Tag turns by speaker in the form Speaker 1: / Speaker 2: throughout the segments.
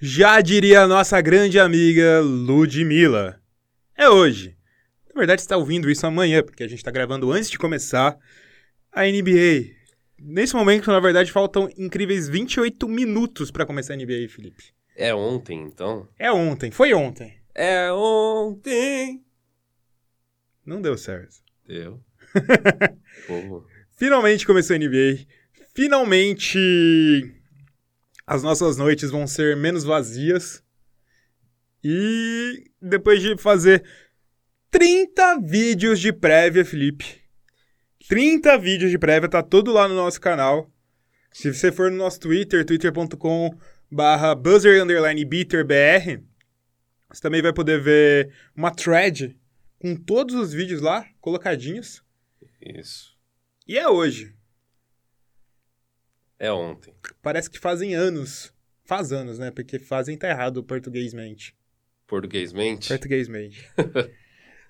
Speaker 1: Já diria a nossa grande amiga Ludmilla. É hoje. Na verdade, você está ouvindo isso amanhã, porque a gente está gravando antes de começar a NBA. Nesse momento, na verdade, faltam incríveis 28 minutos para começar a NBA, Felipe.
Speaker 2: É ontem, então?
Speaker 1: É ontem, foi ontem.
Speaker 2: É ontem!
Speaker 1: Não deu certo.
Speaker 2: Deu. Como?
Speaker 1: Finalmente começou a NBA. Finalmente as nossas noites vão ser menos vazias. E depois de fazer 30 vídeos de prévia, Felipe. 30 vídeos de prévia, tá tudo lá no nosso canal. Se você for no nosso Twitter, twitter.com barra buzzer underline beater BR, você também vai poder ver uma thread com todos os vídeos lá, colocadinhos.
Speaker 2: Isso.
Speaker 1: E é hoje.
Speaker 2: É ontem.
Speaker 1: Parece que fazem anos. Faz anos, né? Porque fazem tá errado portuguêsmente.
Speaker 2: Portuguesmente?
Speaker 1: Portuguesmente.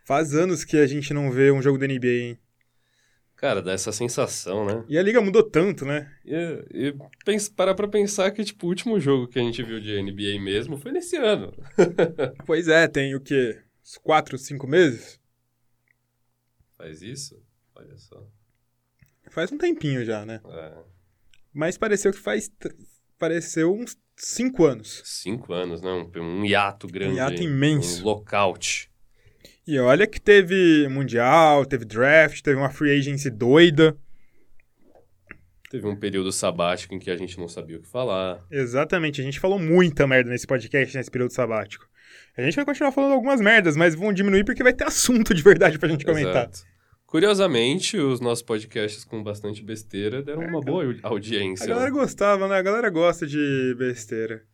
Speaker 1: Faz anos que a gente não vê um jogo da NBA, hein?
Speaker 2: Cara, dá essa sensação, né?
Speaker 1: E a liga mudou tanto, né?
Speaker 2: E, e pens- parar pra pensar que, tipo, o último jogo que a gente viu de NBA mesmo foi nesse ano.
Speaker 1: Pois é, tem o quê? Uns 4, 5 meses?
Speaker 2: Faz isso? Olha só.
Speaker 1: Faz um tempinho já, né?
Speaker 2: É,
Speaker 1: Mas pareceu que faz. t- Pareceu uns 5 anos.
Speaker 2: cinco anos, né? Um, um hiato grande.
Speaker 1: Um hiato
Speaker 2: aí.
Speaker 1: imenso.
Speaker 2: Um lockout.
Speaker 1: E olha que teve Mundial, teve draft, teve uma free agency doida.
Speaker 2: Teve um período sabático em que a gente não sabia o que falar.
Speaker 1: Exatamente, a gente falou muita merda nesse podcast, nesse período sabático. A gente vai continuar falando algumas merdas, mas vão diminuir porque vai ter assunto de verdade pra gente comentar.
Speaker 2: Exato. Curiosamente, os nossos podcasts com bastante besteira deram
Speaker 1: É,
Speaker 2: uma
Speaker 1: cara.
Speaker 2: boa au-
Speaker 1: A
Speaker 2: audiência.
Speaker 1: galera gostava, né? A galera gosta de besteira.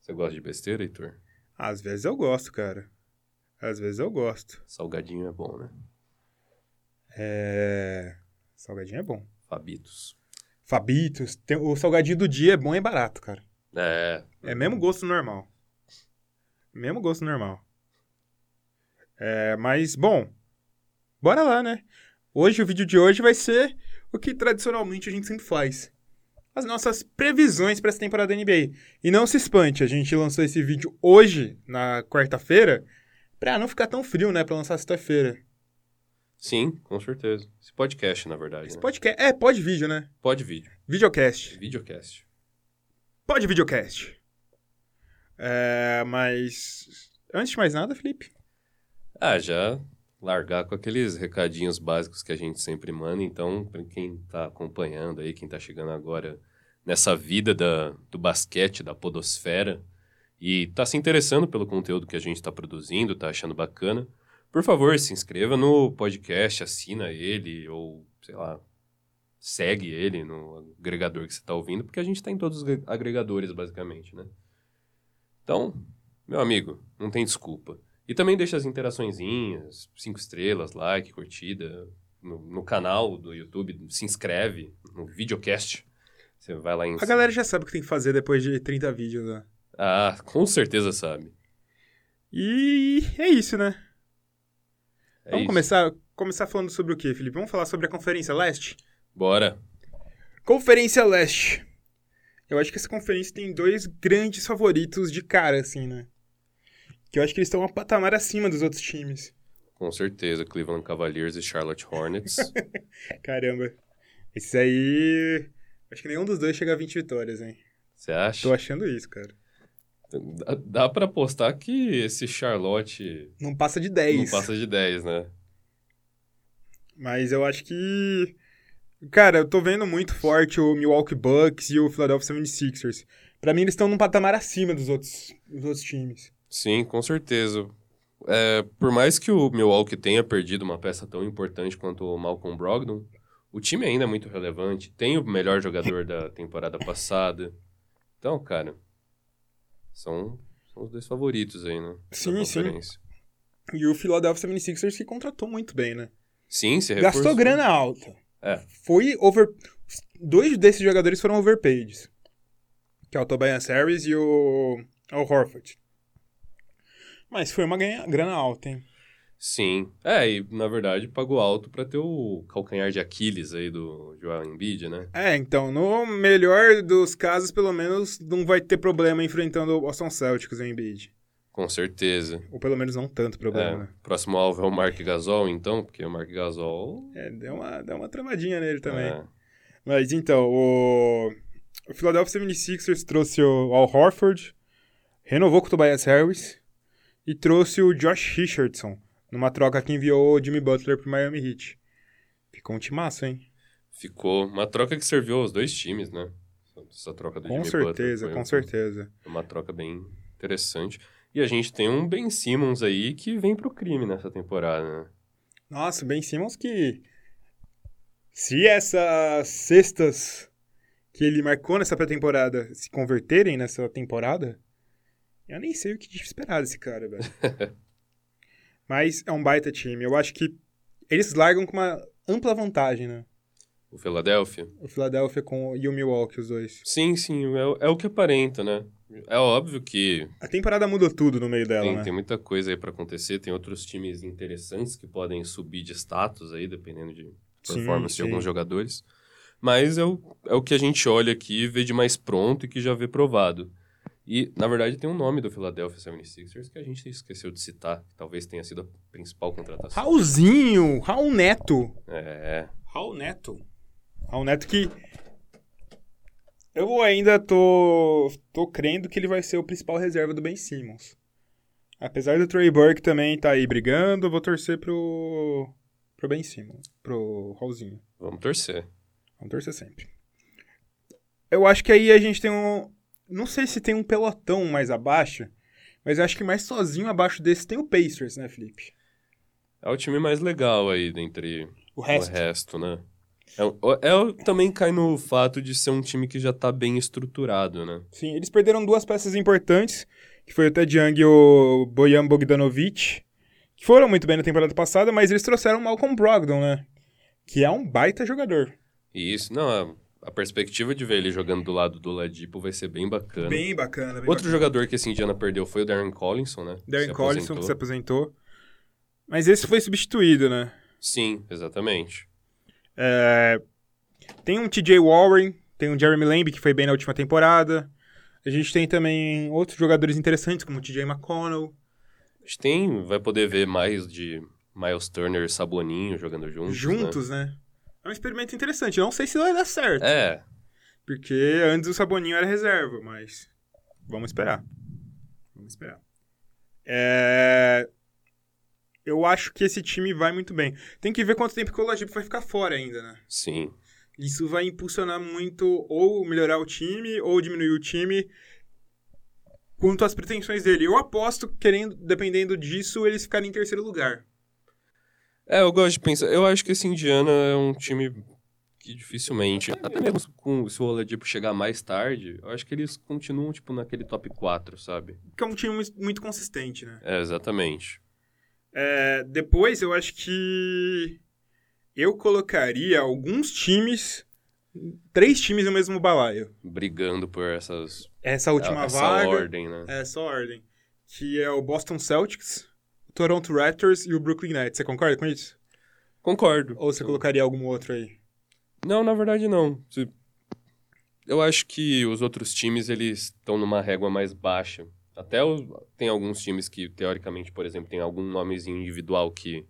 Speaker 2: Você gosta de besteira, Heitor?
Speaker 1: Às vezes eu gosto, cara. Às vezes eu gosto.
Speaker 2: Salgadinho é bom, né?
Speaker 1: É. Salgadinho é bom.
Speaker 2: Fabitos.
Speaker 1: Fabitos, tem- o salgadinho do dia é bom e barato, cara.
Speaker 2: É.
Speaker 1: É mesmo gosto normal. Mesmo gosto normal. É, mas, bom, bora lá, né? Hoje, o vídeo de hoje vai ser o que tradicionalmente a gente sempre faz. As nossas previsões para essa temporada da NBA. E não se espante, a gente lançou esse vídeo hoje, na quarta-feira, pra não ficar tão frio, né? Pra lançar sexta-feira.
Speaker 2: Sim, com certeza. Esse podcast, na verdade.
Speaker 1: Esse
Speaker 2: né?
Speaker 1: podcast... É, pode vídeo, né?
Speaker 2: Pode vídeo.
Speaker 1: Videocast.
Speaker 2: Videocast.
Speaker 1: Pode videocast. É, mas... Antes de mais nada, Felipe...
Speaker 2: Ah, já largar com aqueles recadinhos básicos que a gente sempre manda. Então, pra quem tá acompanhando aí, quem tá chegando agora nessa vida da, do basquete, da podosfera, e tá se interessando pelo conteúdo que a gente tá produzindo, tá achando bacana, por favor, se inscreva no podcast, assina ele, ou sei lá, segue ele no agregador que você tá ouvindo, porque a gente tá em todos os agregadores, basicamente, né? Então, meu amigo, não tem desculpa. E também deixa as interaçõezinhas, cinco estrelas, like, curtida. No, no canal do YouTube, se inscreve no videocast. Você vai lá em.
Speaker 1: A galera já sabe o que tem que fazer depois de 30 vídeos, né?
Speaker 2: Ah, com certeza sabe.
Speaker 1: E é isso, né?
Speaker 2: É
Speaker 1: Vamos
Speaker 2: isso.
Speaker 1: começar começar falando sobre o quê, Felipe? Vamos falar sobre a Conferência Leste?
Speaker 2: Bora.
Speaker 1: Conferência Leste. Eu acho que essa conferência tem dois grandes favoritos de cara, assim, né? Que eu acho que eles estão um patamar acima dos outros times.
Speaker 2: Com certeza, Cleveland Cavaliers e Charlotte Hornets.
Speaker 1: Caramba. Esses aí. Acho que nenhum dos dois chega a 20 vitórias, hein?
Speaker 2: Você acha?
Speaker 1: Tô achando isso, cara.
Speaker 2: Dá, dá pra apostar que esse Charlotte
Speaker 1: Não passa de 10.
Speaker 2: não passa de 10, né?
Speaker 1: Mas eu acho que. Cara, eu tô vendo muito forte o Milwaukee Bucks e o Philadelphia 76ers. Pra mim, eles estão num patamar acima dos outros, dos outros times.
Speaker 2: Sim, com certeza. É, por mais que o Milwaukee tenha perdido uma peça tão importante quanto o Malcolm Brogdon, o time ainda é muito relevante. Tem o melhor jogador da temporada passada. Então, cara, são, são os dois favoritos aí, né? da
Speaker 1: Sim, sim.
Speaker 2: conferência.
Speaker 1: E o Philadelphia 76ers se contratou muito bem, né?
Speaker 2: Sim, se
Speaker 1: Gastou
Speaker 2: reforçou.
Speaker 1: grana alta.
Speaker 2: É.
Speaker 1: Foi over. Dois desses jogadores foram overpaid. Que é o Tobias Harris e o, o Horford. Mas foi uma ganha- grana alta, hein?
Speaker 2: Sim. É, e na verdade pagou alto pra ter o calcanhar de Aquiles aí do Joel Embiid, né?
Speaker 1: É, então, no melhor dos casos, pelo menos, não vai ter problema enfrentando o Boston Celtics e o Embiid.
Speaker 2: Com certeza.
Speaker 1: Ou pelo menos não tanto
Speaker 2: É,
Speaker 1: problema, né?
Speaker 2: próximo alvo é o Mark Gasol, então, porque o Mark Gasol.
Speaker 1: É, deu uma, deu uma travadinha nele também.
Speaker 2: é,
Speaker 1: Mas então, o... o Philadelphia 76ers trouxe o Al Horford, renovou com o Tobias Harris e trouxe o Josh Richardson, numa troca que enviou o Jimmy Butler pro Miami Heat. Ficou um timaço, hein?
Speaker 2: ficou uma troca que serviu aos dois times, né? Essa troca do
Speaker 1: Com
Speaker 2: Jimmy Butler
Speaker 1: certeza,
Speaker 2: foi
Speaker 1: com
Speaker 2: um-
Speaker 1: certeza.
Speaker 2: Uma troca bem interessante. E a gente tem um Ben Simmons aí que vem pro crime nessa temporada, né?
Speaker 1: Nossa, o Ben Simmons que... Se essas cestas que ele marcou nessa pré-temporada se converterem nessa temporada, eu nem sei o que esperar desse cara, velho. Mas é um baita time. Eu acho que eles largam com uma ampla vantagem, né?
Speaker 2: O Philadelphia.
Speaker 1: O Philadelphia com, e o Milwaukee, os dois.
Speaker 2: Sim, sim, é, o- é o que aparenta, né? É óbvio que
Speaker 1: A temporada mudou tudo no meio dela,
Speaker 2: tem,
Speaker 1: né?
Speaker 2: tem muita coisa aí pra acontecer, tem outros times interessantes que podem subir de status aí, dependendo de
Speaker 1: Sim,
Speaker 2: performance
Speaker 1: sim.
Speaker 2: de alguns jogadores. Mas é o, é o que a gente olha aqui, vê de mais pronto e que já vê provado. E, na verdade, tem um nome do Philadelphia 76ers que a gente esqueceu de citar, que talvez tenha sido a principal contratação.
Speaker 1: Raulzinho! Raul Neto!
Speaker 2: É,
Speaker 1: Raul Neto. Raul Neto que. Eu ainda tô. tô crendo que ele vai ser o principal reserva do Ben Simmons. Apesar do Trey Burke também tá aí brigando, eu vou torcer pro. pro Ben Simmons. Pro Raulzinho.
Speaker 2: vamos torcer.
Speaker 1: Vamos torcer sempre. Eu acho que aí a gente tem um. Não sei se tem um pelotão mais abaixo, mas eu acho que mais sozinho abaixo desse tem o Pacers, né, Felipe?
Speaker 2: É o time mais legal aí dentre
Speaker 1: O
Speaker 2: o resto, né? É, o- é o- também cai no fato de ser um time que já tá bem estruturado, né?
Speaker 1: Sim, eles perderam duas peças importantes, que foi o Ted Young e o Bojan Bogdanovic, que foram muito bem na temporada passada, mas eles trouxeram o Malcolm Brogdon, né? Que é um baita jogador.
Speaker 2: E isso, não, a, a perspectiva de ver ele jogando do lado do Ladipo vai ser bem bacana.
Speaker 1: Bem bacana. Bem
Speaker 2: Outro jogador que esse Indiana perdeu foi o Darren Collinson, né?
Speaker 1: Darren
Speaker 2: Se
Speaker 1: Collison, que se
Speaker 2: aposentou.
Speaker 1: aposentou. Mas esse foi substituído, né?
Speaker 2: Sim, exatamente.
Speaker 1: É, Tem um TJ Warren, tem um Jeremy Lamb, que foi bem na última temporada. A gente tem também outros jogadores interessantes, como o TJ McConnell,
Speaker 2: A gente tem, vai poder ver mais de Miles Turner e Saboninho jogando juntos.
Speaker 1: juntos, né? É um experimento interessante. Não sei se vai dar certo.
Speaker 2: Né? É,
Speaker 1: Porque antes o Saboninho era reserva, mas vamos esperar. Vamos esperar. É, Eu acho que esse time vai muito bem. Tem que ver quanto tempo que o Oladipo vai ficar fora ainda, né?
Speaker 2: sim.
Speaker 1: Isso vai impulsionar muito ou melhorar o time ou diminuir o time quanto às pretensões dele. Eu aposto, querendo, dependendo disso, eles ficarem em terceiro lugar.
Speaker 2: É, eu gosto de pensar. Eu acho que esse Indiana é um time que dificilmente. Até mesmo com, se o Oladipo chegar mais tarde, eu acho que eles continuam, tipo, naquele top 4, sabe?
Speaker 1: Porque é um time muito- muito consistente, né?
Speaker 2: É, exatamente.
Speaker 1: É, depois eu acho que eu colocaria alguns times, três times no mesmo balaio.
Speaker 2: Brigando por essas.
Speaker 1: Essa última
Speaker 2: É, essa
Speaker 1: vaga, é,
Speaker 2: ordem, né?
Speaker 1: essa ordem, que é o Boston Celtics, o Toronto Raptors e o Brooklyn Nets. Você concorda com isso?
Speaker 2: Concordo.
Speaker 1: Ou você
Speaker 2: Eu-
Speaker 1: colocaria algum outro aí?
Speaker 2: Não, na verdade não. Se- Eu acho que os outros times eles estão numa régua mais baixa. Até o- tem alguns times que teoricamente, por exemplo, tem algum nomezinho individual que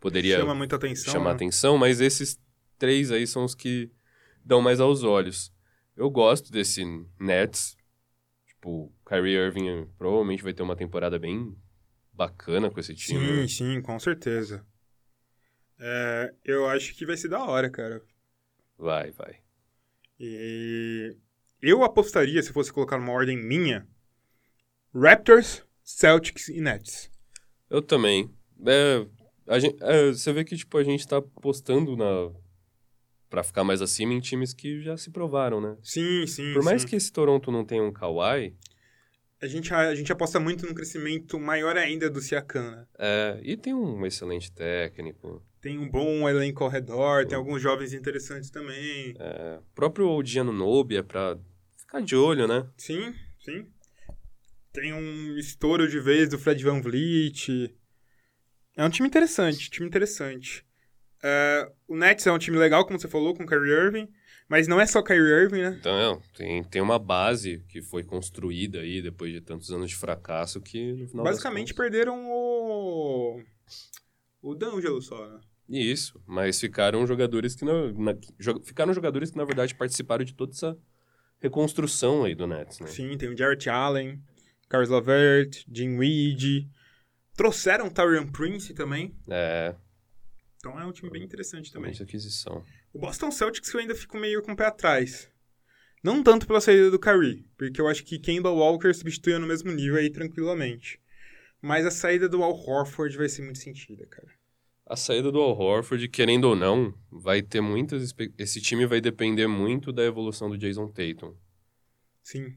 Speaker 2: poderia
Speaker 1: Chama muita atenção.
Speaker 2: chamar
Speaker 1: né?
Speaker 2: atenção, mas esses três aí são os que dão mais aos olhos. Eu gosto desse Nets. Tipo, Kyrie Irving provavelmente vai ter uma temporada bem bacana com esse time. né?
Speaker 1: Sim, sim, com certeza. É, eu acho que vai ser da hora, cara.
Speaker 2: Vai, vai.
Speaker 1: E eu apostaria, se fosse colocar numa ordem minha, Raptors, Celtics e Nets.
Speaker 2: Eu também. É, a gen- é, você vê que tipo, a gente tá apostando na... pra ficar mais acima em times que já se provaram, né?
Speaker 1: Sim, sim.
Speaker 2: Por mais
Speaker 1: sim.
Speaker 2: que esse Toronto não tenha um Kawhi,
Speaker 1: A gente, a gente aposta muito num crescimento maior ainda do Siakam, né?
Speaker 2: é, e tem um excelente técnico.
Speaker 1: Tem um bom elenco ao redor, tem alguns jovens interessantes também.
Speaker 2: É, o próprio Odiano Nobe é pra ficar de olho, né?
Speaker 1: Sim, sim. Tem um estouro de vez do Fred Van Vliet. É um time interessante, time interessante. É, o Nets é um time legal, como você falou, com o Kyrie Irving, mas não é só Kyrie Irving, né?
Speaker 2: Então, é, tem, tem uma base que foi construída aí depois de tantos anos de fracasso que no final das
Speaker 1: Basicamente
Speaker 2: contas-
Speaker 1: perderam o o D'Angelo só, né?
Speaker 2: Isso, mas ficaram jogadores que na, na- que jo- ficaram jogadores que na verdade participaram de toda essa reconstrução aí do Nets, né?
Speaker 1: Sim, tem o Jarrett Allen, Carlos Lavert, Jim Weed. Trouxeram o Tyrion Prince também.
Speaker 2: É,
Speaker 1: Então é um time bem interessante também.
Speaker 2: muita aquisição.
Speaker 1: O Boston Celtics eu ainda fico meio com o pé atrás. Não tanto pela saída do Kyrie, porque eu acho que Kemba Walker substitui no mesmo nível aí tranquilamente. Mas a saída do Al Horford vai ser muito sentida, cara.
Speaker 2: A saída do Al Horford, querendo ou não, vai ter muitas espe- esse time vai depender muito da evolução do Jason Tatum.
Speaker 1: Sim.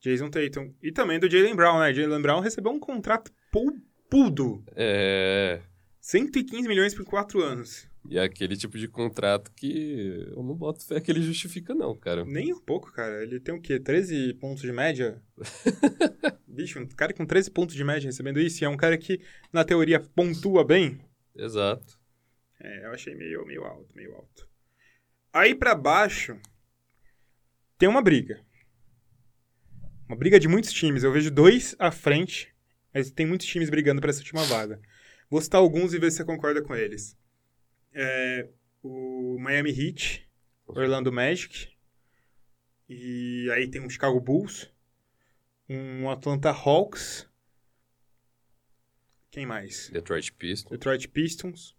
Speaker 1: Jason Tatum. E também do Jalen Brown, né? Jalen Brown recebeu um contrato poupudo.
Speaker 2: É,
Speaker 1: 115 milhões por 4 anos.
Speaker 2: e é aquele tipo de contrato que eu não boto fé que ele justifica não, cara.
Speaker 1: Nem um pouco, cara. Ele tem o quê? 13 pontos de média? Bicho, um cara com 13 pontos de média recebendo isso, e é um cara que, na teoria, pontua bem.
Speaker 2: Exato.
Speaker 1: É, eu achei meio, meio alto, meio alto. Aí pra baixo, tem uma briga. Uma briga de muitos times. Eu vejo dois à frente, mas tem muitos times brigando pra essa última vaga. Vou citar alguns e ver se você concorda com eles. É, o Miami Heat, Orlando Magic, e aí tem um Chicago Bulls, um Atlanta Hawks, quem mais?
Speaker 2: Detroit Pistons.
Speaker 1: Detroit Pistons.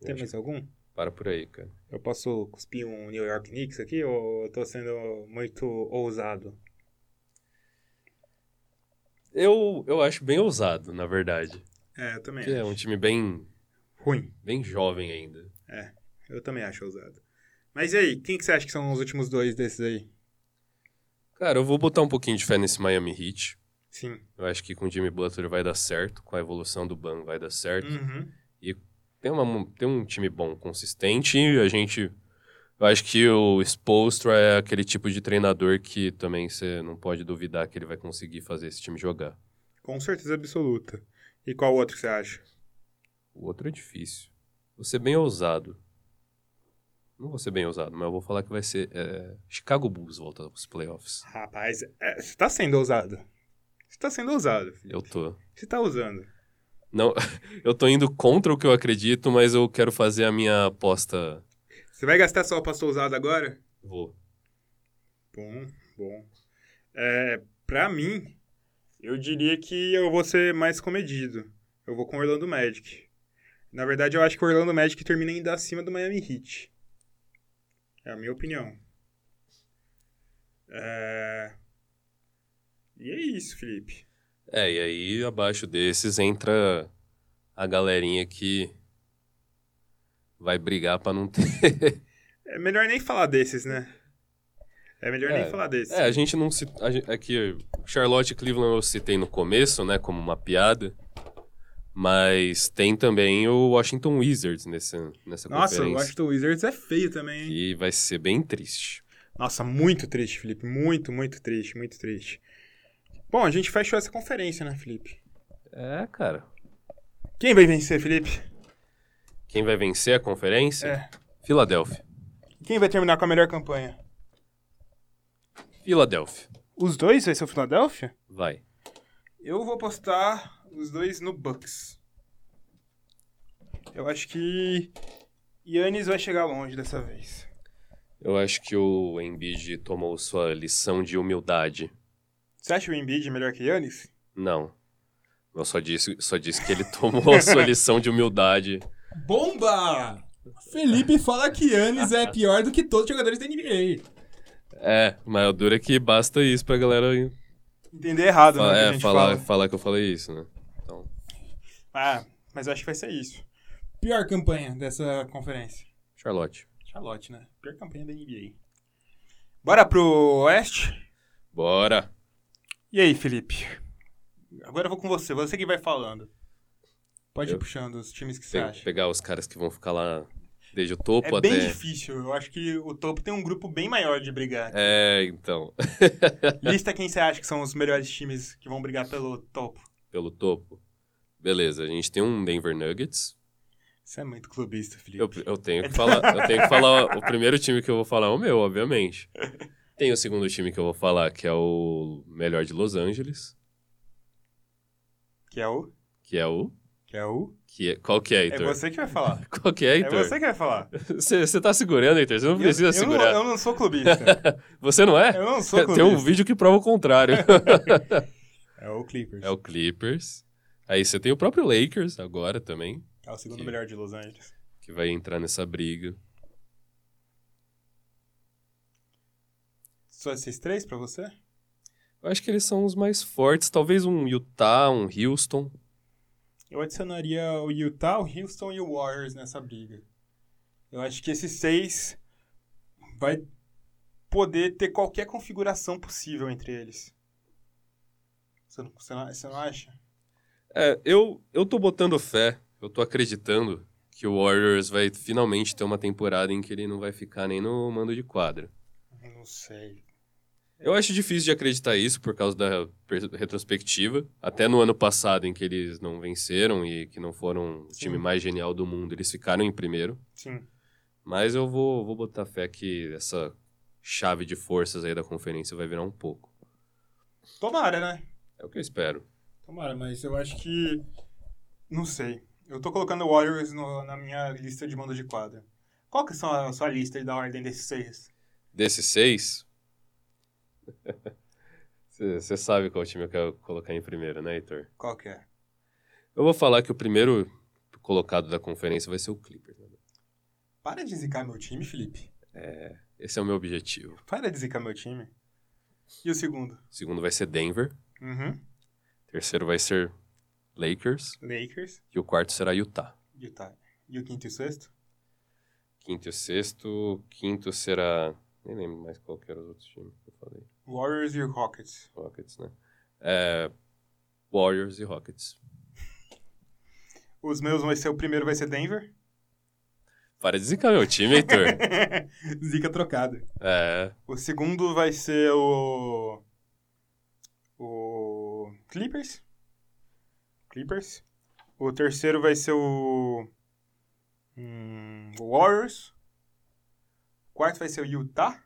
Speaker 1: Tem
Speaker 2: Acho
Speaker 1: mais algum?
Speaker 2: Para por aí, cara.
Speaker 1: Eu posso cuspir um New York Knicks aqui ou eu tô sendo muito ousado?
Speaker 2: Eu, eu acho bem ousado, na verdade.
Speaker 1: É, eu também
Speaker 2: Que é um time bem,
Speaker 1: Ruim.
Speaker 2: bem jovem ainda.
Speaker 1: Eu também acho ousado. Mas e aí, quem que você acha que são os últimos dois desses aí?
Speaker 2: Cara, eu vou botar um pouquinho de fé nesse Miami Heat.
Speaker 1: Sim.
Speaker 2: Eu acho que com o Jimmy Butler vai dar certo, com a evolução do Ban vai dar certo.
Speaker 1: Uhum.
Speaker 2: Tem, uma, tem um time bom, consistente, e a gente... Eu acho que o Spolstra é aquele tipo de treinador que também você não pode duvidar que ele vai conseguir fazer esse time jogar.
Speaker 1: Com certeza absoluta. E qual outro que você acha?
Speaker 2: O outro é difícil. Vou ser bem ousado. Não vou ser bem ousado, mas eu vou falar que vai ser é, Chicago Bulls volta aos playoffs.
Speaker 1: Rapaz, é, você tá sendo ousado. Você tá sendo ousado. filho.
Speaker 2: Eu tô.
Speaker 1: Você tá usando.
Speaker 2: Não, eu tô indo contra o que eu acredito, mas eu quero fazer a minha aposta.
Speaker 1: Você vai gastar sua pasta ousada agora?
Speaker 2: Vou.
Speaker 1: Bom, bom. É, pra mim, eu diria que eu vou ser mais comedido. Eu vou com o Orlando Magic. Na verdade, eu acho que o Orlando Magic termina ainda acima do Miami Heat. É a minha opinião. É... E é isso, Felipe.
Speaker 2: É, e aí abaixo desses entra a galerinha que vai brigar pra não ter.
Speaker 1: É melhor nem falar desses, né? É melhor
Speaker 2: É,
Speaker 1: nem falar desses.
Speaker 2: É, a gente não se. a gen- Aqui, Charlotte e Cleveland eu citei no começo, né, como uma piada. Mas tem também o Washington Wizards nesse, nessa
Speaker 1: Nossa, o
Speaker 2: conferência.
Speaker 1: Washington Wizards é feio também, hein?
Speaker 2: Que vai ser bem triste.
Speaker 1: Nossa, muito triste, Felipe. Muito, muito triste, muito triste. Bom, a gente fechou essa conferência, né, Felipe?
Speaker 2: É, cara.
Speaker 1: Quem vai vencer, Felipe?
Speaker 2: Quem vai vencer a conferência?
Speaker 1: É.
Speaker 2: Filadélfia.
Speaker 1: Quem vai terminar com a melhor campanha?
Speaker 2: Filadélfia.
Speaker 1: Os dois vai ser o Philadelphia?
Speaker 2: Vai.
Speaker 1: Eu vou postar os dois no Bucks. Eu acho que Yannis vai chegar longe dessa vez.
Speaker 2: Eu acho que o Embiid tomou sua lição de humildade.
Speaker 1: Você acha o Embiid melhor que Yannis?
Speaker 2: Não. Eu só disse, só disse que ele tomou a sua lição de humildade.
Speaker 3: Bomba! Felipe fala que Yannis é pior do que todos os jogadores da NBA.
Speaker 2: É, mas o duro é que basta isso pra galera
Speaker 1: Entender errado,
Speaker 2: Fa-
Speaker 1: né? que a
Speaker 2: é,
Speaker 1: gente
Speaker 2: falar,
Speaker 1: fala.
Speaker 2: falar que eu falei isso, né? Então,
Speaker 1: Ah, mas eu acho que vai ser isso.
Speaker 3: Pior campanha dessa conferência.
Speaker 2: Charlotte.
Speaker 1: Charlotte, né? Pior campanha da NBA. Bora pro Oeste?
Speaker 2: Bora!
Speaker 1: E aí, Felipe? Agora eu vou com você, você que vai falando. Pode ir
Speaker 2: Eu?
Speaker 1: puxando os times que você
Speaker 2: Tem que
Speaker 1: acha.
Speaker 2: pegar os caras que vão ficar lá desde o topo
Speaker 1: É
Speaker 2: até.
Speaker 1: bem difícil, eu acho que o topo tem um grupo bem maior de brigar.
Speaker 2: É, então.
Speaker 1: Lista quem você acha que são os melhores times que vão brigar pelo topo.
Speaker 2: Pelo topo. Beleza, a gente tem um Denver Nuggets.
Speaker 1: Você é muito clubista, Felipe.
Speaker 2: Eu, eu tenho que falar, eu tenho que falar. O primeiro time que eu vou falar é o meu, obviamente. Tem o segundo time que eu vou falar, que é o melhor de Los Angeles,
Speaker 1: Que é o?
Speaker 2: que é o.
Speaker 1: Que é o?
Speaker 2: Que é, qual que é,
Speaker 1: É
Speaker 2: Heitor?
Speaker 1: você que vai falar.
Speaker 2: Qual que é,
Speaker 1: É
Speaker 2: Heitor?
Speaker 1: você que vai falar.
Speaker 2: Você você tá segurando, Heitor? Você não precisa
Speaker 1: eu, eu não-
Speaker 2: segurar.
Speaker 1: eu não sou clubista.
Speaker 2: Você não é?
Speaker 1: Eu não sou
Speaker 2: Tem um
Speaker 1: clubista.
Speaker 2: vídeo que prova o contrário.
Speaker 1: É o Clippers.
Speaker 2: é o Clippers. Aí você tem o próprio Lakers agora também,
Speaker 1: É o segundo
Speaker 2: que-
Speaker 1: melhor de Los Angeles.
Speaker 2: que vai entrar nessa briga.
Speaker 1: Só esses três pra você?
Speaker 2: Eu acho que eles são os mais fortes. Talvez um Utah, um Houston.
Speaker 1: Eu adicionaria o Utah, o Houston e o Warriors nessa briga. Eu acho que esses seis vai poder ter qualquer configuração possível entre eles. Você não, você não- você não acha?
Speaker 2: É, eu, eu tô botando fé, eu tô acreditando que o Warriors vai finalmente ter uma temporada em que ele não vai ficar nem no mando de quadra.
Speaker 1: Eu Não sei.
Speaker 2: Eu acho difícil de acreditar isso por causa da per- retrospectiva. Até no ano passado, em que eles não venceram e que não foram o
Speaker 1: Sim.
Speaker 2: time mais genial do mundo, eles ficaram em primeiro.
Speaker 1: Sim.
Speaker 2: Mas eu vou, vou botar fé que essa chave de forças aí da conferência vai virar um pouco.
Speaker 1: Tomara, né?
Speaker 2: É o que eu espero.
Speaker 1: Tomara, mas eu acho que. Não sei. Eu tô colocando o Warriors no- na minha lista de mando de quadra. Qual que é a sua, a sua lista aí da ordem desses seis?
Speaker 2: Desses seis. Você sabe qual time eu quero colocar em primeiro, né, Heitor?
Speaker 1: Qual que é?
Speaker 2: Eu vou falar que o primeiro colocado da conferência vai ser o Clippers. né?
Speaker 1: Para de zicar meu time, Felipe.
Speaker 2: Esse é o meu objetivo.
Speaker 1: Para de zicar meu time. E o segundo?
Speaker 2: O segundo vai ser Denver.
Speaker 1: Uhum.
Speaker 2: O terceiro vai ser Lakers.
Speaker 1: Lakers,
Speaker 2: E o quarto será Utah.
Speaker 1: Utah. E o quinto e o sexto?
Speaker 2: Quinto e sexto. Quinto será. Nem lembro mais qual que era os outros times que eu falei.
Speaker 1: Warriors e o Rockets.
Speaker 2: Rockets, né? É, Warriors e Rockets.
Speaker 1: Os meus vai ser o primeiro vai ser Denver.
Speaker 2: Para de zicar meu time, Heitor.
Speaker 1: Zica trocada.
Speaker 2: é.
Speaker 1: O segundo vai ser o o Clippers. Clippers. O terceiro vai ser o hum, o Warriors. O quarto vai ser o Utah.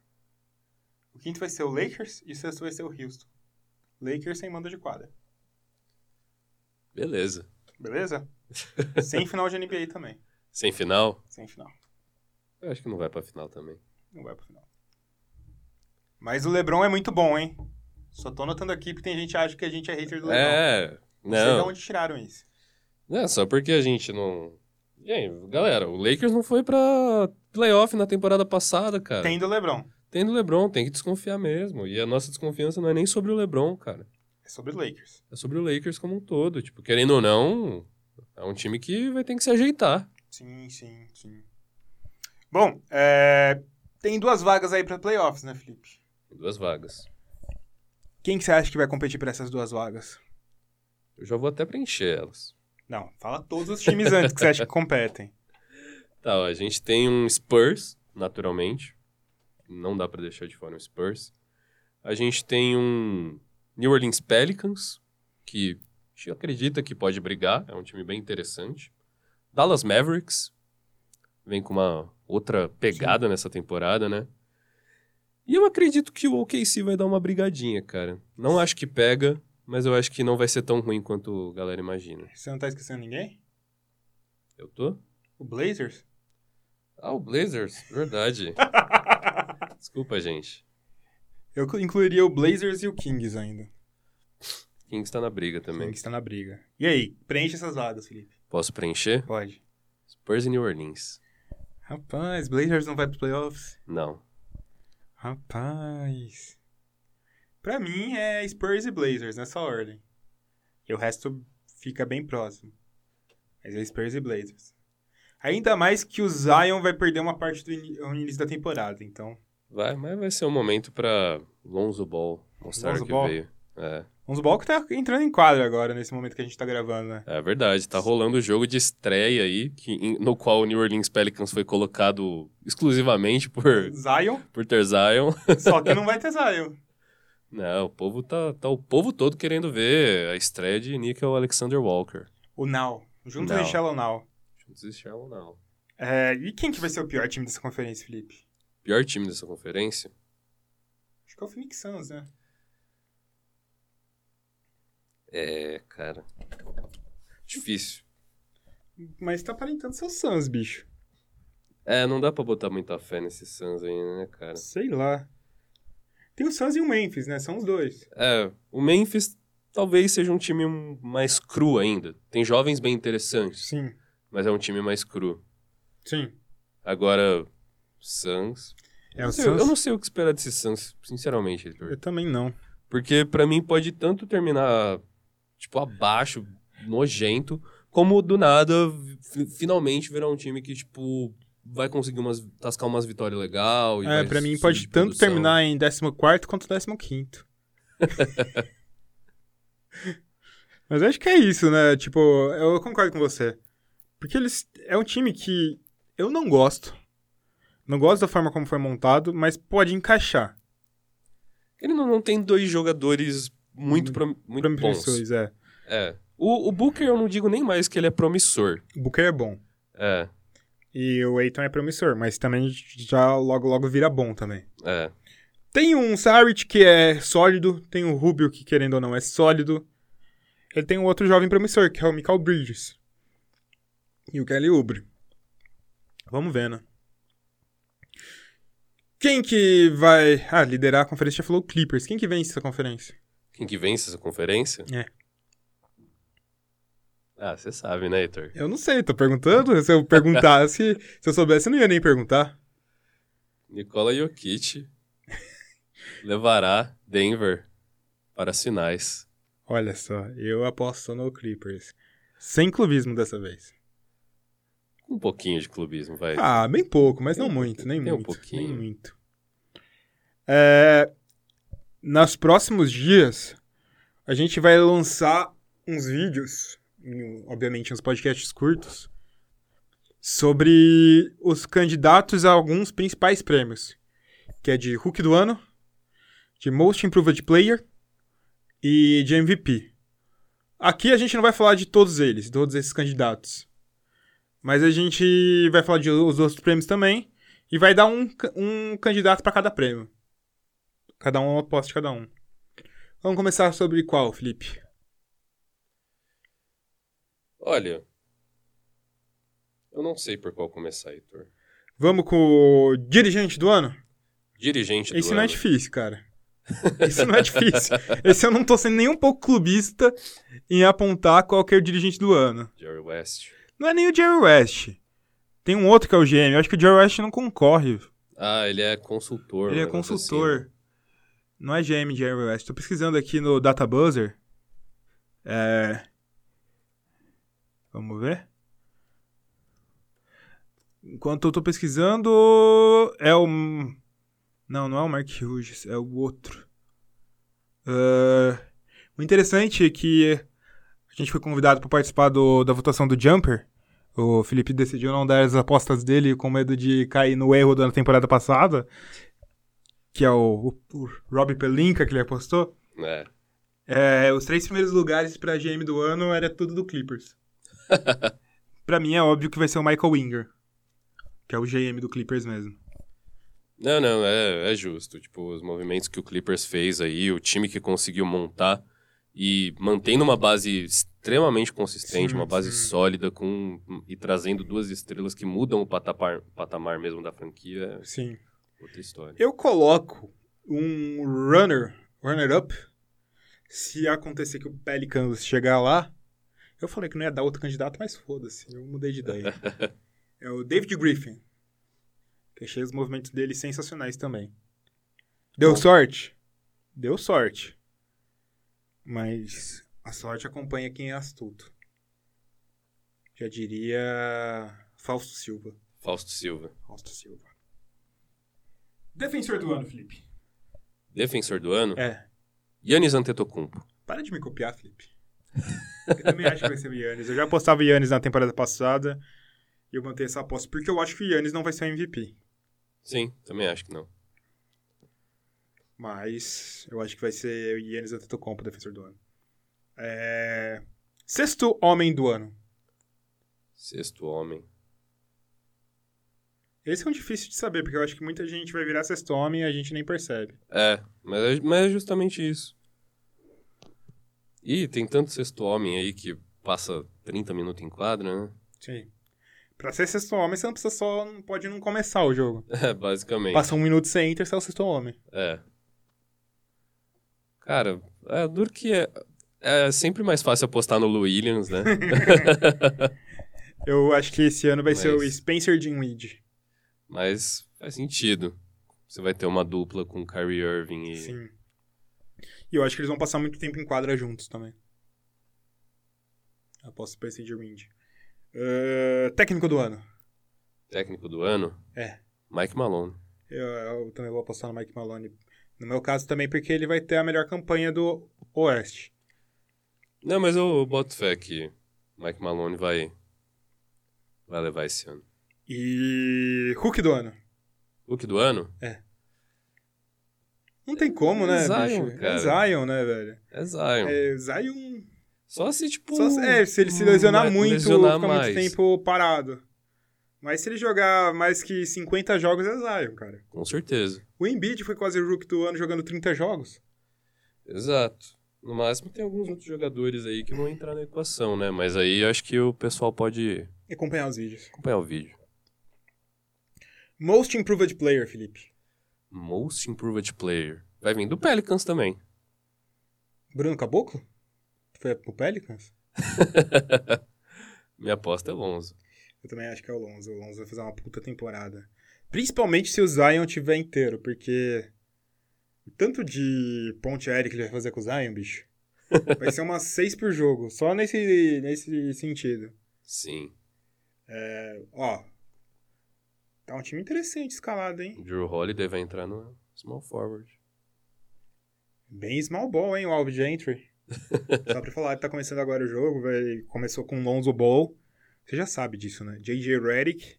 Speaker 1: O quinto vai ser o Lakers e o sexto vai ser o Houston. Lakers sem mando de quadra.
Speaker 2: Beleza.
Speaker 1: Beleza? Sem final de NBA também.
Speaker 2: Sem final?
Speaker 1: Sem final.
Speaker 2: Eu acho que não vai pra final também.
Speaker 1: Não vai pro final. Mas o Lebron é muito bom, hein? Só tô anotando aqui porque tem gente que acha que a gente é hater do Lebron.
Speaker 2: É.
Speaker 1: Não um sei de
Speaker 2: Não.
Speaker 1: onde tiraram isso.
Speaker 2: Não É, só porque a gente não. Gente, galera, o Lakers não foi pra playoff na temporada passada, cara.
Speaker 1: Tem do Lebron.
Speaker 2: Tem do LeBron, tem que desconfiar mesmo. E a nossa desconfiança não é nem sobre o LeBron, cara.
Speaker 1: É sobre o Lakers.
Speaker 2: É sobre o Lakers como um todo. Tipo, querendo ou não, é um time que vai ter que se ajeitar.
Speaker 1: Sim, sim, sim. Bom, é, tem duas vagas aí pra playoffs, né, Felipe?
Speaker 2: Duas vagas.
Speaker 1: Quem que você acha que vai competir por essas duas vagas?
Speaker 2: Eu já vou até preencher elas.
Speaker 1: Não, fala todos os times antes que você acha que competem.
Speaker 2: Tá, ó, a gente tem um Spurs, naturalmente. Não dá pra deixar de fora um Spurs. A gente tem um New Orleans Pelicans, que a gente acredita que pode brigar, é um time bem interessante. Dallas Mavericks, vem com uma outra pegada nessa temporada, né? E eu acredito que o OKC vai dar uma brigadinha, cara. Não acho que pega, mas eu acho que não vai ser tão ruim quanto a galera imagina.
Speaker 1: Você não tá esquecendo ninguém?
Speaker 2: Eu tô?
Speaker 1: O Blazers?
Speaker 2: Ah, o Blazers, verdade. Desculpa, gente.
Speaker 1: Eu incluiria o Blazers e o Kings ainda.
Speaker 2: Quem está na briga também.
Speaker 1: Kings tá na briga. E aí, preenche essas vagas, Felipe.
Speaker 2: Posso preencher?
Speaker 1: Pode.
Speaker 2: Spurs e New Orleans.
Speaker 1: Rapaz, Blazers não vai pro playoffs?
Speaker 2: Não.
Speaker 1: Rapaz. Pra mim é Spurs e Blazers nessa ordem. E o resto fica bem próximo. Mas é Spurs e Blazers. Ainda mais que o Zion vai perder uma parte do ini- no início da temporada, então.
Speaker 2: Vai, mas vai ser um momento para Lonzo Ball mostrar
Speaker 1: Lonzo
Speaker 2: o que
Speaker 1: Ball?
Speaker 2: veio. É,
Speaker 1: Vamos ball que tá entrando em quadro agora, nesse momento que a gente tá gravando, né?
Speaker 2: é verdade. Tá rolando o jogo de estreia aí, que, em- no qual o New Orleans Pelicans foi colocado exclusivamente por,
Speaker 1: Zion,
Speaker 2: por ter Zion. Né,
Speaker 1: só que não vai ter Zion.
Speaker 2: Não, o povo tá, tá o povo todo querendo ver a estreia de Nickel Alexander Walker.
Speaker 1: O Now. Juntos
Speaker 2: Now.
Speaker 1: e Shallow Now.
Speaker 2: Juntos e Shallow Now.
Speaker 1: É, e quem que vai ser o pior time dessa conferência, Felipe?
Speaker 2: Pior time dessa conferência?
Speaker 1: Acho que é o Phoenix Suns, né?
Speaker 2: É, cara. Difícil.
Speaker 1: Mas tá aparentando ser o Suns, bicho.
Speaker 2: É, não dá pra botar muita fé nesse Suns ainda, né, cara?
Speaker 1: Sei lá. Tem o Suns e o Memphis, né? São os dois.
Speaker 2: É, o Memphis talvez seja um time um- mais cru ainda. Tem jovens bem interessantes,
Speaker 1: Sim,
Speaker 2: mas é um time mais cru.
Speaker 1: sim.
Speaker 2: Agora, Suns.
Speaker 1: É
Speaker 2: Eu
Speaker 1: o
Speaker 2: não sei- Eu
Speaker 1: Suns?
Speaker 2: não sei o que esperar desse Suns, sinceramente. Heitor.
Speaker 1: Eu também não.
Speaker 2: Porque pra mim pode tanto terminar, tipo, abaixo, nojento, como do nada fi- finalmente virar um time que, tipo, vai conseguir umas, tascar umas vitórias legal. e
Speaker 1: É,
Speaker 2: vai
Speaker 1: pra mim
Speaker 2: subir de
Speaker 1: pode tanto
Speaker 2: produção.
Speaker 1: terminar em 14 quanto 15. Mas acho que é isso, né? Tipo, eu concordo com você. Porque eles. É um time que eu não gosto. Não gosto da forma como foi montado, mas pode encaixar.
Speaker 2: Ele não, não tem dois jogadores muito, prom- muito bons.
Speaker 1: Promissores, é.
Speaker 2: É. O, o Booker eu não digo nem mais que ele é promissor.
Speaker 1: O Booker é bom.
Speaker 2: É,
Speaker 1: E o Aiton é promissor, mas também já logo logo vira bom também.
Speaker 2: é.
Speaker 1: Tem um Saric que é sólido, tem o Rubio que, querendo ou não, é sólido. Ele tem um outro jovem promissor, que é o Michael Bridges. E o Kelly Oubre. Vamos ver, né? Quem que vai... Ah, liderar a conferência já falou o Clippers. Quem que vence essa conferência?
Speaker 2: Quem que vence essa conferência?
Speaker 1: É.
Speaker 2: Ah, você sabe, né, Heitor?
Speaker 1: Eu não sei, tô perguntando. Se eu perguntasse, se eu soubesse, eu não ia nem perguntar.
Speaker 2: Nikola Jokic levará Denver para as finais.
Speaker 1: Olha só, eu aposto no Clippers. Sem clubismo dessa vez.
Speaker 2: Um pouquinho de clubismo, vai.
Speaker 1: Ah, bem pouco, mas
Speaker 2: Tem
Speaker 1: não
Speaker 2: um
Speaker 1: muito,
Speaker 2: pouquinho,
Speaker 1: nem
Speaker 2: tem um
Speaker 1: muito.
Speaker 2: pouquinho.
Speaker 1: Nem muito. É, nos próximos dias, a gente vai lançar uns vídeos, em- um, obviamente uns podcasts curtos, sobre os candidatos a alguns principais prêmios, que é de Hulk do Ano, de Most Improved Player e de MVP. Aqui a gente não vai falar de todos eles, todos esses candidatos. Mas a gente vai falar de os outros prêmios também. E vai dar um, ca- um candidato pra cada prêmio. Cada um, uma aposta de cada um. Vamos começar sobre qual, Felipe?
Speaker 2: Olha, eu não sei por qual começar, Heitor.
Speaker 1: Vamos com o dirigente do ano?
Speaker 2: Dirigente do
Speaker 1: Esse não é
Speaker 2: ano.
Speaker 1: difícil, cara. Esse não é difícil. Esse eu não tô sendo nem um pouco clubista em apontar qual que é o dirigente do ano.
Speaker 2: Jerry West.
Speaker 1: Não é nem o Jerry West. Tem um outro que é o GM. Eu acho que o Jerry West não concorre.
Speaker 2: Ah, ele é consultor.
Speaker 1: Ele
Speaker 2: um
Speaker 1: é
Speaker 2: negócio
Speaker 1: consultor. Não é GM de Jerry West. Tô pesquisando aqui no DataBuzzer. É... Vamos ver. Enquanto eu tô pesquisando, é o... Não, não é o Mark Hughes, é o outro. É, O interessante é que a gente foi convidado para participar do- da votação do Jumper. O Felipe decidiu não dar as apostas dele com medo de cair no erro da temporada passada que é o, o, o Rob Pelinka que ele apostou,
Speaker 2: assim. É.
Speaker 1: é, os três primeiros lugares pra GM do ano era tudo do Clippers. Pra mim é óbvio que vai ser o Michael Winger, que é o GM do Clippers mesmo.
Speaker 2: Não, não, é, é justo. Tipo, os movimentos que o Clippers fez aí, o time que conseguiu montar e mantendo uma base extremamente consistente,
Speaker 1: Sim,
Speaker 2: uma base
Speaker 1: sim.
Speaker 2: sólida com e trazendo duas estrelas que mudam o patamar, patamar mesmo da franquia,
Speaker 1: Sim.
Speaker 2: é outra história.
Speaker 1: Eu coloco um runner, runner-up, se acontecer que o Pelicans chegar lá. Eu falei que não ia dar outro candidato, mas foda-se, eu mudei de ideia. é o David Griffin. Que achei os movimentos dele sensacionais também. Deu
Speaker 2: Bom.
Speaker 1: sorte? Deu sorte. Mas a sorte acompanha quem é astuto. Já diria Fausto Silva.
Speaker 2: Fausto Silva,
Speaker 1: Fausto Silva. Defensor do ano, Felipe.
Speaker 2: defensor do ano,
Speaker 1: É.
Speaker 2: Yannis Antetokounmpo.
Speaker 1: Para de me copiar, Felipe. Eu também acho que vai ser o Yannis. Eu já apostava o Yannis na temporada passada. E eu mantenho essa aposta. Porque eu acho que o Yannis não vai ser o MVP.
Speaker 2: Sim, também acho que não.
Speaker 1: Mas eu acho que vai ser o Yannis Antetokounmpo, defensor do ano. É... Sexto homem do ano.
Speaker 2: Sexto homem.
Speaker 1: Esse é um difícil de saber, porque eu acho que muita gente vai virar sexto homem e a gente nem percebe.
Speaker 2: É, mas é, mas é justamente isso. Ih, tem tanto sexto homem aí que passa 30 minutos em quadra, né?
Speaker 1: Sim. Pra ser sexto homem, você não precisa só. Não pode não começar o jogo.
Speaker 2: É, basicamente.
Speaker 1: Passa um minuto sem enter, você é o sexto homem.
Speaker 2: É. Cara, é duro que é. É sempre mais fácil apostar no Lou Williams, né?
Speaker 1: Eu acho que esse ano vai ser o
Speaker 2: Mas-
Speaker 1: Spencer Dinwiddie.
Speaker 2: Mas faz sentido. Você vai ter uma dupla com Kyrie Irving e.
Speaker 1: Sim. E eu acho que eles vão passar muito tempo em quadra juntos também. Aposto pra esse Dinwiddie. Ah, técnico do ano.
Speaker 2: técnico do ano?
Speaker 1: É.
Speaker 2: Mike Malone.
Speaker 1: Eu, eu também vou apostar no Mike Malone. No meu caso também, porque ele vai ter a melhor campanha do Oeste.
Speaker 2: Não, mas eu boto fé que Mike Malone vai vai levar esse ano.
Speaker 1: E. Hulk do ano.
Speaker 2: O que do ano?
Speaker 1: Não tem como, né,
Speaker 2: Zion,
Speaker 1: bicho?
Speaker 2: cara.
Speaker 1: É Zion, né, velho?
Speaker 2: É Zion.
Speaker 1: É, Zion.
Speaker 2: Só se tipo
Speaker 1: Só se- é, se ele se lesionar
Speaker 2: ma-
Speaker 1: muito,
Speaker 2: lesionar
Speaker 1: fica
Speaker 2: mais.
Speaker 1: muito tempo parado. Mas se ele jogar mais que 50 jogos, é Zion, cara.
Speaker 2: Com certeza.
Speaker 1: O Embiid foi quase o Rook do ano jogando 30 jogos.
Speaker 2: Exato. No máximo tem alguns outros jogadores aí que vão entrar na equação, né? Mas aí eu acho que o pessoal pode
Speaker 1: E acompanhar os vídeos.
Speaker 2: acompanhar o vídeo.
Speaker 1: Most Improved Player, Felipe.
Speaker 2: Most Improved Player. Vai vir do Pelicans também.
Speaker 1: Bruno Caboclo? Foi pro Pelicans?
Speaker 2: Minha aposta é Lonzo.
Speaker 1: Eu também acho que é o Lonzo. O Lonzo vai fazer uma puta temporada. Principalmente se o Zion tiver inteiro, porque... o Tanto de ponte aérea que ele vai fazer com o Zion, bicho. Vai ser umas 6 por jogo. Só nesse, nesse sentido.
Speaker 2: Sim.
Speaker 1: Ó. Tá um time interessante escalado, hein?
Speaker 2: Drew Holiday vai entrar no small forward.
Speaker 1: Bem small ball, hein, o Alves Gentry. Só pra falar, tá começando agora o jogo, vai- começou com Lonzo Ball. Você já sabe disso, né? J.J. Redick,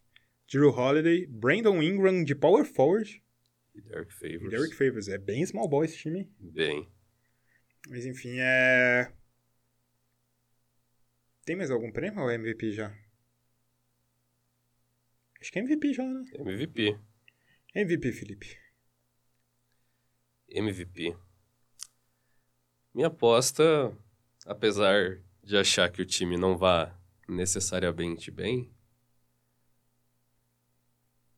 Speaker 1: Drew Holiday, Brandon Ingram de power forward
Speaker 2: E Derek
Speaker 1: e
Speaker 2: Favors.
Speaker 1: Derek Favors. É bem small ball esse time. hein?
Speaker 2: Bem.
Speaker 1: Mas enfim, é... Tem mais algum prêmio ou é MVP já? Acho que é MVP já, né?
Speaker 2: MVP.
Speaker 1: MVP, Felipe.
Speaker 2: MVP. Minha aposta, apesar de achar que o time não vá necessariamente bem,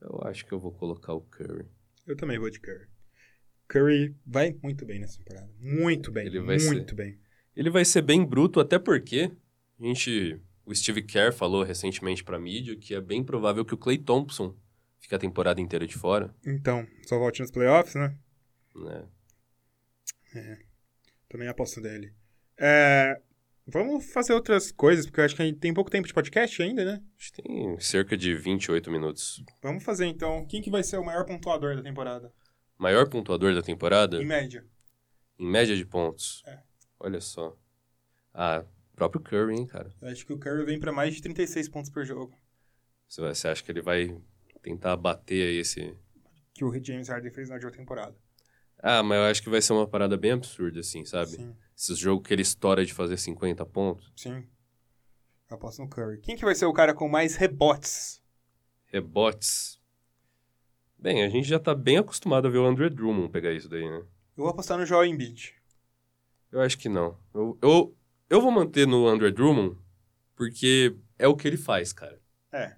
Speaker 2: eu acho que eu vou colocar o Curry.
Speaker 1: Eu também vou de Curry. Curry vai muito bem nessa temporada. Muito bem,
Speaker 2: Ele vai
Speaker 1: muito bem.
Speaker 2: Ele vai ser bem bruto, até porque a gente, o Steve Kerr falou recentemente pra mídia que é bem provável que o Clay Thompson fique a temporada inteira de fora,
Speaker 1: Então, só volte nos playoffs, né?
Speaker 2: né?
Speaker 1: Também aposto dele. É, vamos fazer outras coisas, porque eu acho que a gente tem pouco tempo de podcast ainda, né?
Speaker 2: Acho que tem cerca de 28 minutos.
Speaker 1: Vamos fazer então. Quem que vai ser o maior pontuador da temporada?
Speaker 2: Maior pontuador da temporada?
Speaker 1: Em média.
Speaker 2: Em média de pontos.
Speaker 1: É.
Speaker 2: Olha só. Ah, próprio Curry, hein, cara.
Speaker 1: Eu acho que o Curry vem pra mais de 36 pontos por jogo.
Speaker 2: Você vai- você acha que ele vai tentar bater aí esse.
Speaker 1: Que o James Harden fez na última temporada.
Speaker 2: Ah, mas eu acho que vai ser uma parada bem absurda, assim, sabe?
Speaker 1: Sim,
Speaker 2: Esses jogos que ele estoura de fazer 50 pontos.
Speaker 1: sim. Eu aposto no Curry. Quem que vai ser o cara com mais rebotes?
Speaker 2: Rebotes. Bem, a gente já tá bem acostumado a ver o André Drummond pegar isso daí, né?
Speaker 1: Eu vou apostar no Joel Embiid.
Speaker 2: Eu acho que não. Eu, eu, eu vou manter no André Drummond porque é o que ele faz, cara.
Speaker 1: É.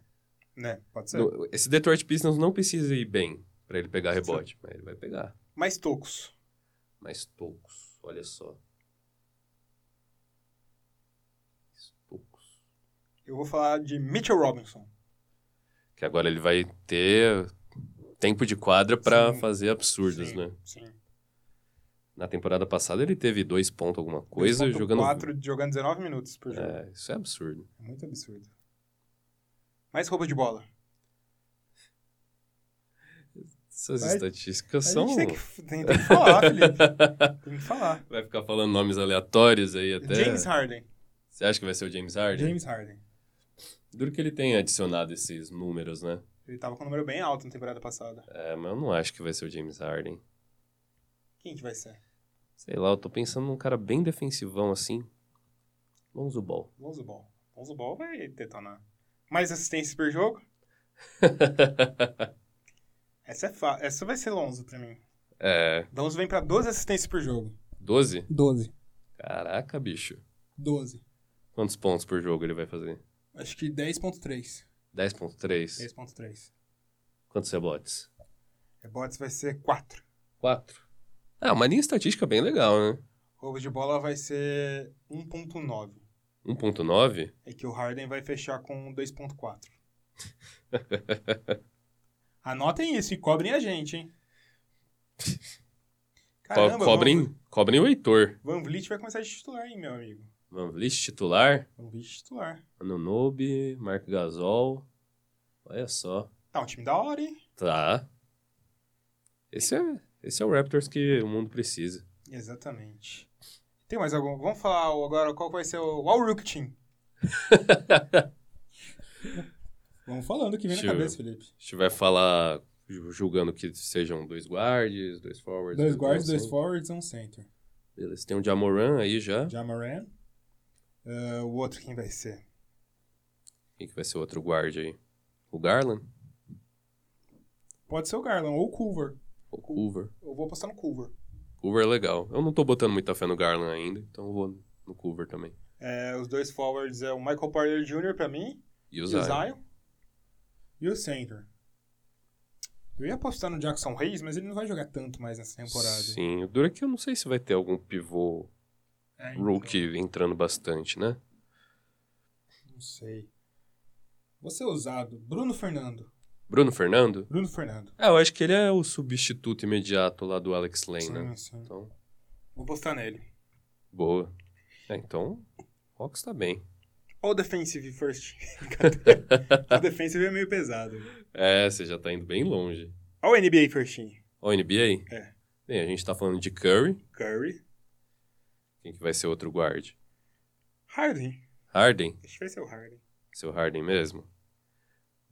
Speaker 1: Né? Pode ser.
Speaker 2: No- esse Detroit Pistons não precisa ir bem pra ele pegar
Speaker 1: Certo.
Speaker 2: rebote, mas ele vai pegar.
Speaker 1: Mais tocos.
Speaker 2: Mais tocos, olha só. Mais Tocos.
Speaker 1: Eu vou falar de Mitchell Robinson.
Speaker 2: Que agora ele vai ter tempo de quadra pra
Speaker 1: Sim.
Speaker 2: fazer absurdos,
Speaker 1: Sim,
Speaker 2: né?
Speaker 1: Sim.
Speaker 2: Na temporada passada ele teve dois pontos alguma coisa
Speaker 1: 2.4
Speaker 2: jogando.
Speaker 1: jogando 19 minutos por jogo.
Speaker 2: É, isso é absurdo.
Speaker 1: É muito absurdo. Mais roubo de bola.
Speaker 2: Essas
Speaker 1: Vai-
Speaker 2: estatísticas
Speaker 1: A
Speaker 2: são.
Speaker 1: gente tem que, tem, tem que falar, Felipe. Tem que falar.
Speaker 2: Vai ficar falando nomes aleatórios aí até.
Speaker 1: James Harden.
Speaker 2: Você acha que vai ser o James Harden?
Speaker 1: James Harden.
Speaker 2: Duro que ele tenha adicionado esses números, né?
Speaker 1: Ele tava com um número bem alto na temporada passada.
Speaker 2: É, mas eu não acho que vai ser o James Harden.
Speaker 1: Quem que vai ser?
Speaker 2: Sei lá, eu tô pensando num cara bem defensivão assim. Lonzo Ball.
Speaker 1: Lonzo Ball. Lonzo Ball vai detonar. Mais assistências por jogo? Essa, é fa... Essa vai ser Lonzo pra mim.
Speaker 2: é,
Speaker 1: Lonzo vem pra 12 assistências por jogo.
Speaker 2: 12?
Speaker 3: 12.
Speaker 2: Caraca, bicho.
Speaker 3: 12.
Speaker 2: Quantos pontos por jogo ele vai fazer?
Speaker 3: Acho que 10.3.
Speaker 2: 10.3.
Speaker 1: 3.3.
Speaker 2: Quantos rebotes?
Speaker 1: Rebotes vai ser 4.
Speaker 2: 4. Ah, uma linha estatística bem legal, né?
Speaker 1: Roubo de bola vai ser 1.9.
Speaker 2: 1.9?
Speaker 1: É que o Harden vai fechar com 2.4. Anotem isso e cobrem a gente, hein?
Speaker 2: Co cobrem, cobrem o Heitor.
Speaker 1: Van Van Vliet vai começar de titular, hein, meu amigo?
Speaker 2: Van Vliet titular,
Speaker 1: Van Vliet titular.
Speaker 2: Anunobi, Mark Gasol. Olha só.
Speaker 1: Tá um time da hora, hein?
Speaker 2: Tá. Esse é, esse é o Raptors que o mundo precisa.
Speaker 1: Exatamente. Tem mais algum? Vamos falar o- agora qual vai ser o All Rookie Team.
Speaker 3: Vamos falando que vem na
Speaker 2: Sure.
Speaker 3: cabeça, Felipe.
Speaker 2: A gente vai falar ju- julgando que sejam dois guards, dois forwards.
Speaker 3: Dois guards,
Speaker 2: dois
Speaker 3: dois forwards um center.
Speaker 2: Beleza, tem um Jamoran aí já.
Speaker 3: Jamaran.
Speaker 1: Ah, o outro quem vai ser?
Speaker 2: Quem que vai ser o outro guard aí? O Garland?
Speaker 1: Pode ser o Garland ou o Culver.
Speaker 2: Ou o Culver?
Speaker 1: Eu vou apostar no Culver.
Speaker 2: Culver é legal. Eu não tô botando muita fé no Garland ainda, então eu vou no Culver também.
Speaker 1: É, os dois forwards é o Michael Porter Jr. pra mim
Speaker 2: E
Speaker 1: e
Speaker 2: o
Speaker 1: o
Speaker 2: Zion.
Speaker 1: Zion. E o center. Eu ia apostar no Jackson Hayes, mas ele não vai jogar tanto mais nessa temporada.
Speaker 2: Sim, o duro é que eu não sei se vai ter algum pivô
Speaker 1: É, então,
Speaker 2: rookie entrando bastante, né?
Speaker 1: Não sei. Você usado. Bruno Fernando.
Speaker 2: Bruno Fernando?
Speaker 1: Bruno Fernando.
Speaker 2: Ah, eu acho que ele é o substituto imediato lá do Alex Lane, né?
Speaker 1: Sim, sim.
Speaker 2: Então,
Speaker 1: Vou apostar nele.
Speaker 2: boa. É, então, o Hawks tá bem.
Speaker 1: Ou defensive first. o defensive é meio pesado.
Speaker 2: É, você já tá indo bem longe.
Speaker 1: Olha o NBA first. team.
Speaker 2: Ó, o NBA?
Speaker 1: É.
Speaker 2: Bem, a gente tá falando de Curry.
Speaker 1: Curry.
Speaker 2: Quem que vai ser outro guard?
Speaker 1: Harden.
Speaker 2: Harden?
Speaker 1: Acho que vai ser o Harden.
Speaker 2: Seu Harden mesmo?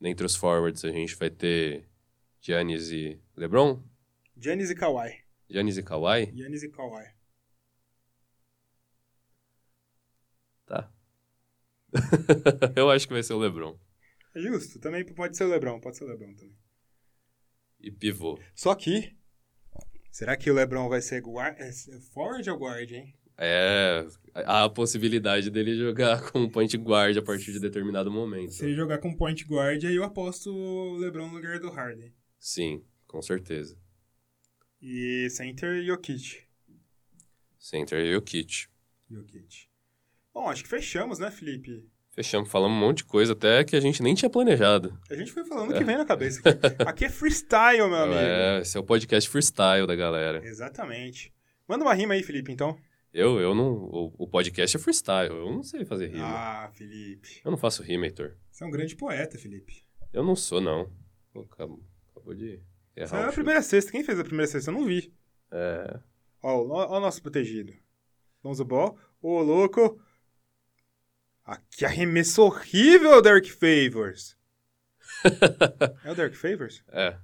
Speaker 2: Dentre os forwards, a gente vai ter Giannis e LeBron?
Speaker 1: Giannis e Kawhi.
Speaker 2: Giannis e Kawhi?
Speaker 1: Giannis e Kawhi.
Speaker 2: Tá. eu acho que vai ser o LeBron.
Speaker 1: É justo. Também pode ser o LeBron. Pode ser o LeBron também.
Speaker 2: E pivô.
Speaker 1: Só que... Será que o LeBron vai ser guard, é, forward ou guard, hein?
Speaker 2: É, há a possibilidade dele jogar com point guard a partir de determinado momento.
Speaker 1: Se ele jogar com point guard, aí eu aposto o LeBron no lugar do Harden.
Speaker 2: Sim, com certeza.
Speaker 1: E center, Jokic.
Speaker 2: Center e o Kit.
Speaker 1: Jokic. Bom, acho que fechamos, né, Felipe?
Speaker 2: Fechamos, falamos um monte de coisa até que a gente nem tinha planejado.
Speaker 1: A gente foi falando o que vem na cabeça aqui. Aqui é freestyle, meu amigo.
Speaker 2: É, esse é o podcast freestyle da galera.
Speaker 1: Exatamente. Manda uma rima aí, Felipe, então.
Speaker 2: Eu, eu não. O, o podcast é freestyle, eu não sei fazer rima.
Speaker 1: Ah, Felipe.
Speaker 2: Eu não faço rima, Heitor.
Speaker 1: Você é um grande poeta, Felipe.
Speaker 2: Eu não sou, não. Pô, acabou, acabou de
Speaker 1: Essa é
Speaker 2: errar.
Speaker 1: a
Speaker 2: o chute.
Speaker 1: primeira cesta. Quem fez a primeira cesta? Eu não vi.
Speaker 2: É,
Speaker 1: Ó, o- ó o nosso protegido. Lonzo Ball. Ô, louco. Ah, que arremesso horrível, Derek Favors. é o Derek Favors?
Speaker 2: é.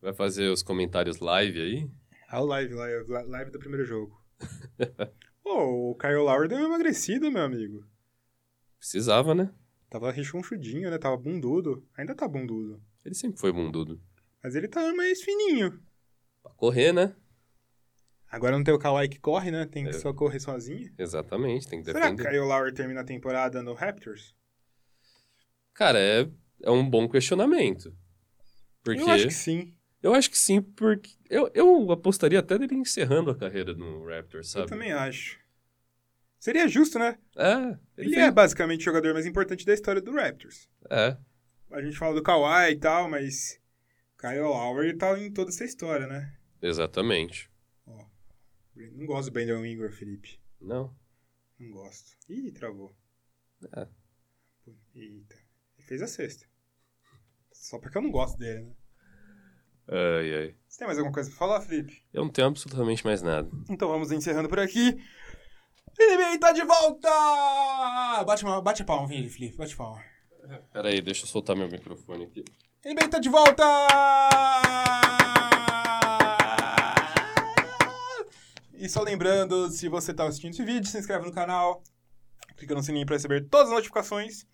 Speaker 2: Vai fazer os comentários live aí?
Speaker 1: Ah, o live, live, live do primeiro jogo. Pô, o Kyle Lowry deu uma emagrecida, meu amigo.
Speaker 2: Precisava, né?
Speaker 1: Tava rechonchudinho, né? Tava bundudo. Ainda tá bundudo.
Speaker 2: Ele sempre foi bundudo.
Speaker 1: Mas ele tá mais fininho.
Speaker 2: Pra correr, né?
Speaker 1: Agora não tem o Kawhi que corre, né? Tem que
Speaker 2: É.
Speaker 1: só correr sozinho.
Speaker 2: Exatamente, tem que
Speaker 1: Será que
Speaker 2: defender.
Speaker 1: Kyle Lowry termina a temporada no Raptors?
Speaker 2: Cara, é, é um bom questionamento. Porque
Speaker 1: Eu acho que sim.
Speaker 2: sim, porque eu, eu apostaria até dele encerrando a carreira no Raptors, sabe?
Speaker 1: Eu também acho. Seria justo, né?
Speaker 2: É,
Speaker 1: Ele,
Speaker 2: ele,
Speaker 1: é
Speaker 2: fez-
Speaker 1: basicamente o jogador mais importante da história do Raptors.
Speaker 2: é.
Speaker 1: A gente fala do Kawhi e tal, mas Kyle Lowry tá em toda essa história, né?
Speaker 2: exatamente.
Speaker 1: Não gosto do Brandon Ingram, Felipe.
Speaker 2: Não.
Speaker 1: Não gosto. Ih, travou.
Speaker 2: É.
Speaker 1: Pô, Eita. Ele fez a sexta. Só porque eu não gosto dele, né?
Speaker 2: Ai, ai.
Speaker 1: Você tem mais alguma coisa pra falar, Felipe?
Speaker 2: Eu não tenho absolutamente mais nada.
Speaker 1: Então vamos encerrando por aqui. NBA tá de volta! Bate, uma, bate a palma, Vini, Felipe, bate a palma.
Speaker 2: Pera aí, deixa eu soltar meu microfone aqui.
Speaker 1: NBA tá de volta! E só lembrando, se você tá assistindo esse vídeo, se inscreve no canal, Clica no sininho pra receber todas as notificações.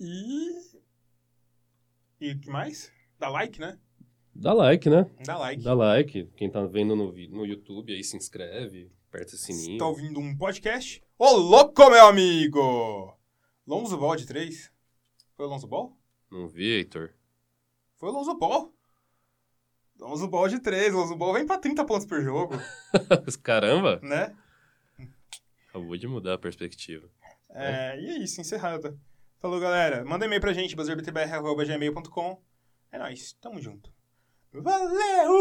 Speaker 1: E. E o que mais? Dá like, né?
Speaker 2: Dá like, né?
Speaker 1: Dá like.
Speaker 2: Dá like. Quem tá vendo no, vi- no YouTube aí se inscreve, aperta o
Speaker 1: Se
Speaker 2: sininho.
Speaker 1: tá ouvindo um podcast. Ô, louco, meu amigo! Lonzo Ball de 3. Foi o Lonzo Ball?
Speaker 2: Não vi, Heitor?
Speaker 1: Foi o Lonzo Ball. Lonzo Ball de 3. Lonzo Ball vem pra 30 pontos por jogo,
Speaker 2: Caramba!
Speaker 1: né?
Speaker 2: Acabou de mudar a perspectiva.
Speaker 1: É, e é isso, encerrada. Falou, galera. Manda e-mail pra gente, buzzerbtbr.gmail.com. É nóis, tamo junto. Valeu!